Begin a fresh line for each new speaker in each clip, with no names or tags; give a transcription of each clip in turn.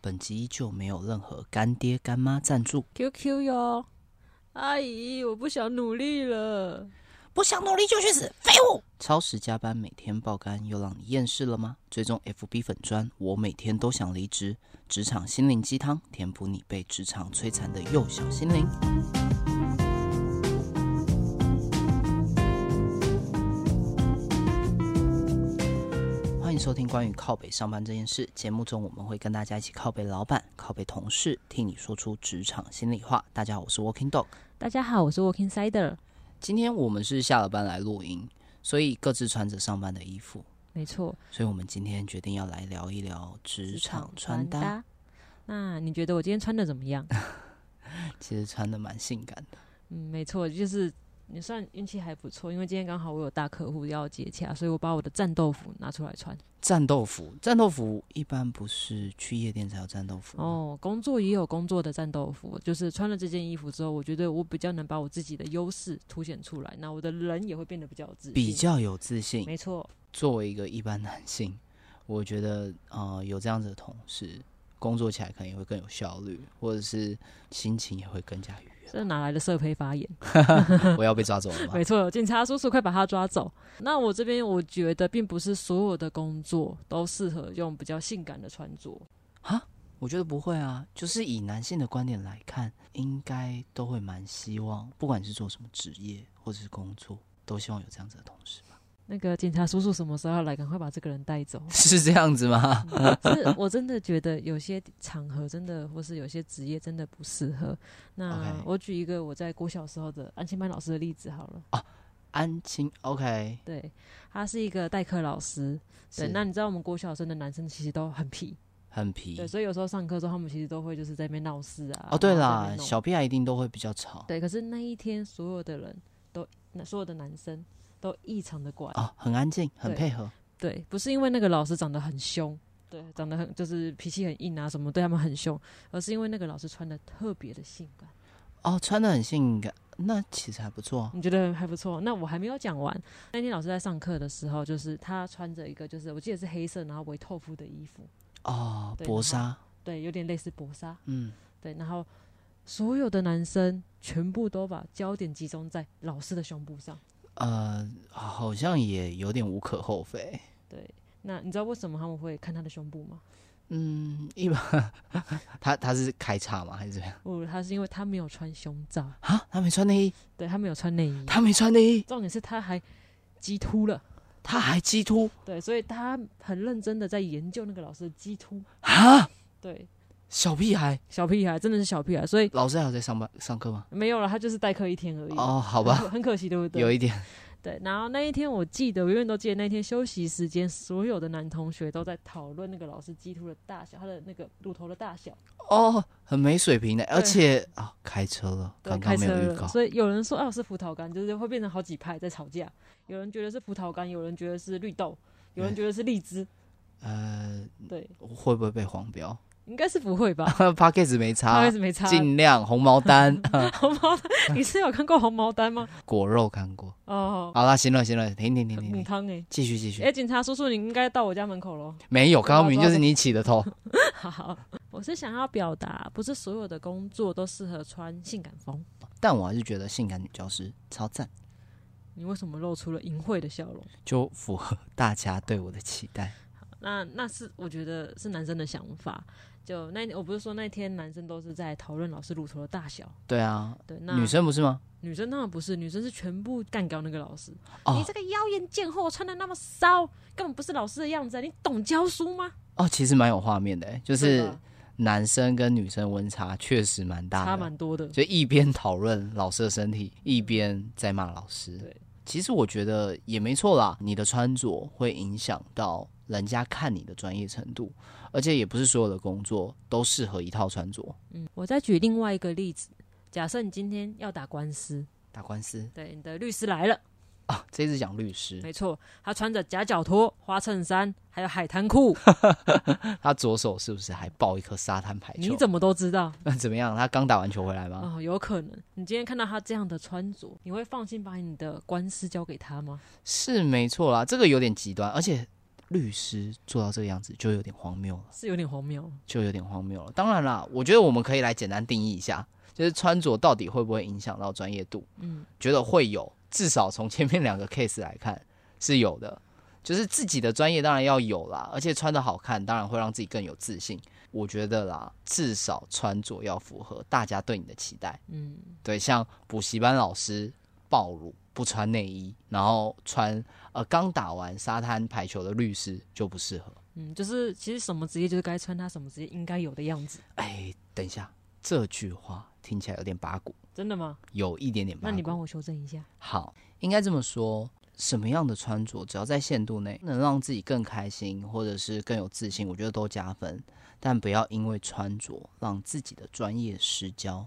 本集依旧没有任何干爹干妈赞助，
QQ 哟，阿姨，我不想努力了。
不想努力就去死，废物！超时加班，每天爆肝，又让你厌世了吗？追踪 FB 粉砖，我每天都想离职。职场心灵鸡汤，填补你被职场摧残的幼小心灵。欢迎收听关于靠北上班这件事。节目中我们会跟大家一起靠北老板、靠北同事，替你说出职场心里话。大家好，我是 Walking Dog。
大家好，我是 Walking Sider，
今天我们是下了班来录音，所以各自穿着上班的衣服。
没错，
所以我们今天决定要来聊一聊职场穿搭。。
那你觉得我今天穿的怎么样？
其实穿的蛮性感的，
嗯，没错，就是你算运气还不错，因为今天刚好我有大客户要接洽，所以我把我的战斗服拿出来穿。
战斗服。战斗服一般不是去夜店才有战斗服吗，
哦，工作也有工作的战斗服，就是穿了这件衣服之后，我觉得我比较能把我自己的优势凸显出来，那我的人也会变得比较有自信。
比较有自信。
没错，
作为一个一般男性，我觉得呃有这样子的同事，工作起来可能也会更有效率，或者是心情也会更加 愉悦。
这哪来的社会发言？
我要被抓走了吗
没？错，警察叔叔快把他抓走。那我这边我觉得并不是所有的工作都适合用比较性感的穿着，
我觉得不会啊，就是以男性的观点来看，应该都会蛮希望，不管你是做什么职业或者是工作，都希望有这样子的同事吧？。
那个警察叔叔什么时候要来？赶快把这个人带走
是这样子吗？
是我真的觉得有些场合真的，或是有些职业真的不适合。那
OK
我举一个我在国小时候的安亲班老师的例子好了。
安亲，OK，
对，他是一个代课老师。对，
是
那你知道我们国小生的男生其实都很皮，
很皮
对，。所以有时候上课的时候他们其实都会就是在那边闹事啊。
哦，对
然后在那
啦，
边弄
小屁孩一定都会比较吵
对，可是那一天所有的人都，那所有的男生都异常的乖。
哦，很安静，很
对
配合。
对，不是因为那个老师长得很凶，对，长得很就是脾气很硬啊什么，对他们很凶，而是因为那个老师穿的特别的性感。
哦，穿的很性感，那其实还不错啊。
你觉得还不错？那我还没有讲完。那天老师在上课的时候，就是他穿着一个就是我记得是黑色，然后围透肤的衣服，
哦，
对
薄
然后
纱，
对，有点类似薄纱，
嗯，
对，然后。所有的男生全部都把焦点集中在老师的胸部上，
呃，好像也有点无可厚非。
对。那你知道为什么他们会看他的胸部吗？
嗯，一般 他他是开叉吗？还是怎么样？
不，他是因为他没有穿胸罩，
啊，他没穿内衣，
对他没有穿内衣。
他没穿内衣，
重点是他还鸡突了，
他还激突
对，所以他很认真的在研究那个老师的鸡突，
啊！
对，
小屁孩，
小屁孩真的是小屁孩，所以
老师还有在上班上课吗？
没有了，他就是代课一天而已。
哦，好
好
吧，
很可惜，对不 对？
有一点
对，然后那一天我记得，我永远都记得那天休息时间，所有的男同学都在讨论那个老师鸡突的大小，他的那个乳头的大小。
哦，很没水平的，而且啊、开车了，
对，
刚
开
刚没
车
有预告
了，，所以有人说啊是葡萄干，就是会变成好几派在吵架。有人觉得是葡萄干，有人觉得是绿豆，有人
对
觉得是荔枝。
呃，
对，
会不会被黄标
应该是不会吧？
p a c k a g e 没
他
差
还是，没差。
尽量红毛 丹
红毛丹，你是有看过红毛丹吗？
果肉看过。
哦，
好啦，行了行了，停停停停
母
停，
汤哎。
继续继续
哎、。警察叔叔，你应该到我家门口喽。
没有，刚刚明明
抓
就
着
是你起的头。
好，我是想要表达，不是所有的工作都适合穿性感风。
但我还是觉得性感女教师超赞，
你为什么露出了淫秽的笑容？
就符合大家对我的期待。
那那是我觉得是男生的想法。就那我不是说那天男生都是在讨论老师乳头的大小，
对啊，
对，那
女生不是吗？
女生当然不是，女生是全部干掉那个老师。你
哦
这个妖艳贱货，穿的那么骚，根本不是老师的样子啊、你懂教书吗？
哦，其实蛮有画面的欸，就
对
是
吧
男生跟女生温差确实蛮
差
大的，
蛮多 的。
就一边讨论老师的身体，一边在骂老师。
对，
其实我觉得也没错啦，你的穿着会影响到人家看你的专业程度，而且也不是所有的工作都适合一套穿着。
嗯我再举另外一个例子，假设你今天要打官司，
打官司
对，你的律师来了，
啊，这次讲律师，
没错，他穿着夹脚拖、花衬衫，还有海 滩裤，
他左手是不是还抱一颗沙滩排球？
你怎么都知道？
那 怎么样？他刚打完球回来吗？
哦，有可能。你今天看到他这样的穿着，你会放心把你的官司交给他吗？
是没错啦，这个有点极端，而且律师做到这个样子，就有点荒谬了，
是有点荒谬。
就有点荒谬了。当然啦，我觉得我们可以来简单定义一下，就是穿着到底会不会影响到专业度？
嗯，
觉得会有，至少从前面两个 case 来看是有的。就是自己的专业当然要有啦，而且穿的好看，当然会让自己更有自信。我觉得啦，至少穿着要符合大家对你的期待。
嗯，
对，像补习班老师暴露不穿内衣，然后穿呃刚打完沙滩排球的律师就不适合。
嗯，就是其实什么职业就是该穿他什么职业应该有的样子，
哎，等一下，这句话听起来有点八股，
真的吗？
有一点点八股。
那你帮我修正一下。
好，应该这么说，什么样的穿着，只要在限度内能让自己更开心，或者是更有自信，我觉得都加分。但不要因为穿着让自己的专业失焦。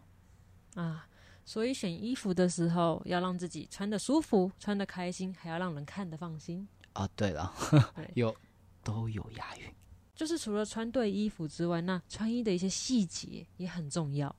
啊，所以选衣服的时候要让自己穿的舒服、穿的开心，还要让人看得放心。
啊，对了，
对
有都有押韵。
就是除了穿对衣服之外，那穿衣的一些细节也很重要。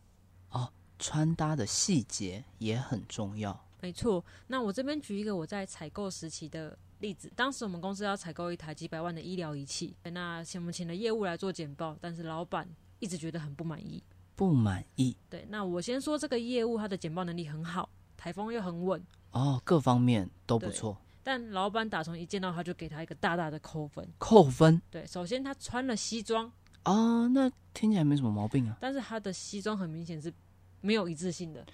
穿搭的细节也很重要。
没错，那我这边举一个我在采购时期的例子。当时我们公司要采购一台几百万的医疗仪器，那请我们请了业务来做简报，但是老板一直觉得很不满意。
不满意
对，那我先说这个业务他的简报能力很好，台风又很稳，
哦，各方面都不
对
错，
但老板打从一见到他就给他一个大大的扣分。
扣分
对，首先他穿了西装，
哦，那听起来没什么毛病啊，
但是他的西装很明显是没有一致性的，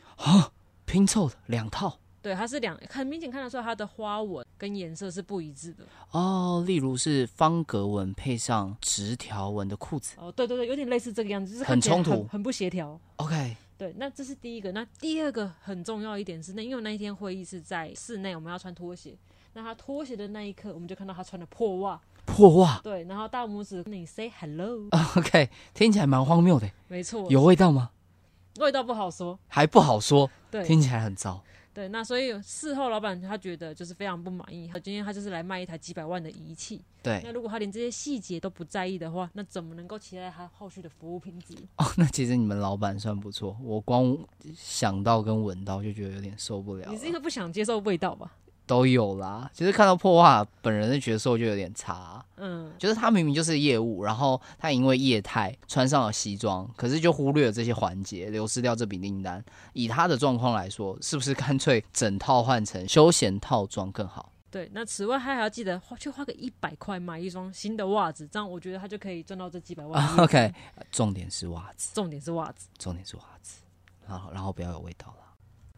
拼凑的两套
对，它是两，很明显看得出来它的花纹跟颜色是不一致的。
哦，例如是方格纹配上直条纹的裤子
哦，对对对，有点类似这个样子，就是
很
看起来
冲突
很很不协调。
，OK，
对，那这是第一个。那第二个很重要一点是，那因为那一天会议是在室内，我们要穿拖鞋。那他脱鞋的那一刻，我们就看到他穿的破袜，
破袜
对，然后大拇指跟你 say hello，、
，OK，听起来蛮荒谬的，
没错，
有味道吗？
味道不好说，
还不好说，
对
听起来很糟。
对。那所以事后老板他觉得就是非常不满意，今天他就是来卖一台几百万的仪器，那
对
如果他连这些细节都不在意的话，那怎么能够期待他后续的服务品质？
哦，那其实你们老板算不错，我光想到跟闻到就觉得有点受不了了。
你是一个不想接受味道吧？
都有啦。其实看到破袜，本人的觉受就有点差、
嗯，
就是他明明就是业务，然后他因为业态穿上了西装，可是就忽略了这些环节，流失掉这笔订单。以他的状况来说，是不是干脆整套换成休闲套装更好？
对。那此外，他还要记得花去花个一百块买一双新的袜子，这样我觉得他就可以赚到这几百万的 业绩。
OK，重点是袜子，
重点是袜子。
重点是袜子，然后然后不要有味道啦。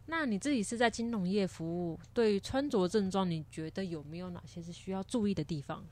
那你自己是在金融业服务，对于穿着正装，你觉得有没有哪些是需要注意的地方？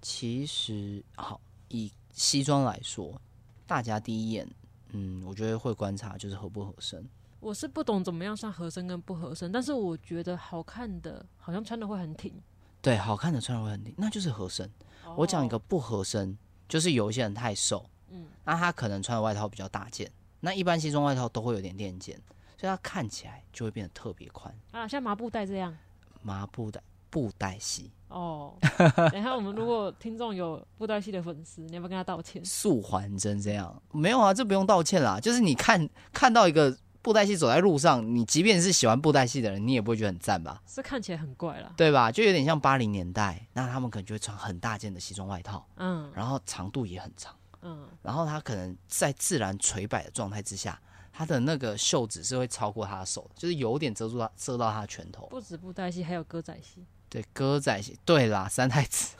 其实好，以西装来说，大家第一眼，嗯，我觉得会观察就是合不合身。
我是不懂怎么样算合身跟不合身，但是我觉得好看的，好像穿的会很挺。
对，好看的穿着会很挺，那就是合身。我讲一个
哦，
不合身，就是有一些人太瘦，嗯，那他可能穿的外套比较大件，那一般西装外套都会有点垫肩，所以他看起来就会变得特别宽。
啊，像麻布袋这样。
麻布袋布袋戏
哦， 等一下，我们如果听众有布袋戏的粉丝，你要不要跟他道歉？
素还真这样，没有啊，这不用道歉啦。就是你看看到一个布袋戏走在路上，你即便是喜欢布袋戏的人，你也不会觉得很赞吧？
是看起来很怪啦。
对吧？就有点像八零年代，那他们可能就会穿很大件的西装外套，
嗯
然后长度也很长。
嗯，
然后他可能在自然垂摆的状态之下，他的那个袖子是会超过他的手的，就是有点遮住他遮到他的拳头。
不止布袋戏，还有歌仔戏。
对，歌仔戏，对啦，三太子。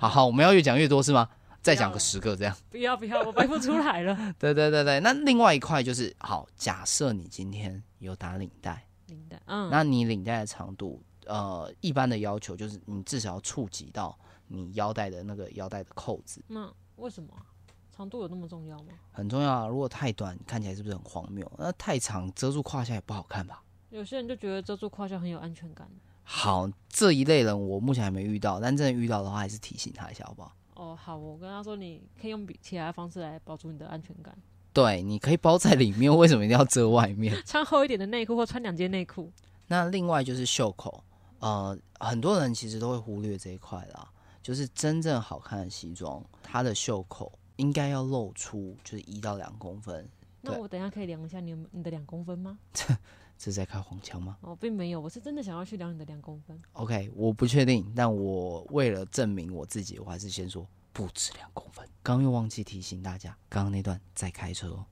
好好，我们要越讲越多是吗？再
不要
讲个
了
十个这样。
不要不要，我掰不出来了。
对对对对，那另外一块就是，好，假设你今天有打领带，
领带，嗯，
那你领带的长度，呃，一般的要求就是你至少要触及到你腰带的那个腰带的扣子，
那为什么啊长度有那么重要吗？
很重要啊。如果太短，看起来是不是很荒谬？那太长遮住胯下也不好看吧？
有些人就觉得遮住胯下很有安全感。
好，这一类人我目前还没遇到，但真的遇到的话，还是提醒他一下，好不好？
哦，好，我跟他说，你可以用比其他方式来保住你的安全感，
对，你可以包在里面，为什么一定要遮外面？
穿厚一点的内裤或穿两件内裤。
那另外就是袖口，呃，很多人其实都会忽略这一块啦。就是真正好看的西装，它的袖口应该要露出就是一到两公分，
那
对
我等一下可以量一下你有没有你的两公分吗？
这是在开黄腔吗
哦，并没有，我是真的想要去量你的两公分。
？OK，我不确定，但我为了证明我自己，我还是先说不止两公分。刚又忘记提醒大家，刚刚那段在开车哦。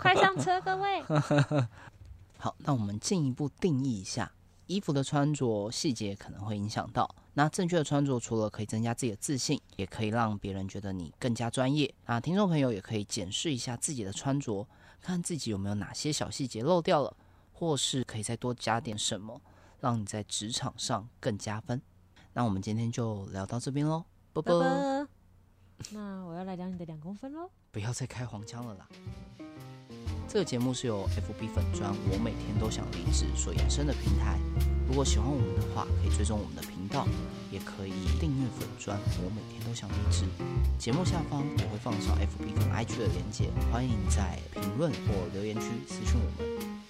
快上车，各位！
好，那我们进一步定义一下，衣服的穿着细节可能会影响到。那正确的穿着，除了可以增加自己的自信，也可以让别人觉得你更加专业。啊，听众朋友也可以检视一下自己的穿着，看自己有没有哪些小细节漏掉了，或是可以再多加点什么，让你在职场上更加分。那我们今天就聊到这边喽，啵
拜
啵，
拜。那我要来量你的两公分喽。
不要再开黄腔了啦。这个节目是由 FB 粉砖“我每天都想离职”所衍生的平台。如果喜欢我们的话，可以追踪我们的频道，也可以订阅粉砖“我每天都想离职”。节目下方也会放上 FB 跟 IG 的连接，欢迎在评论或留言区私讯我们。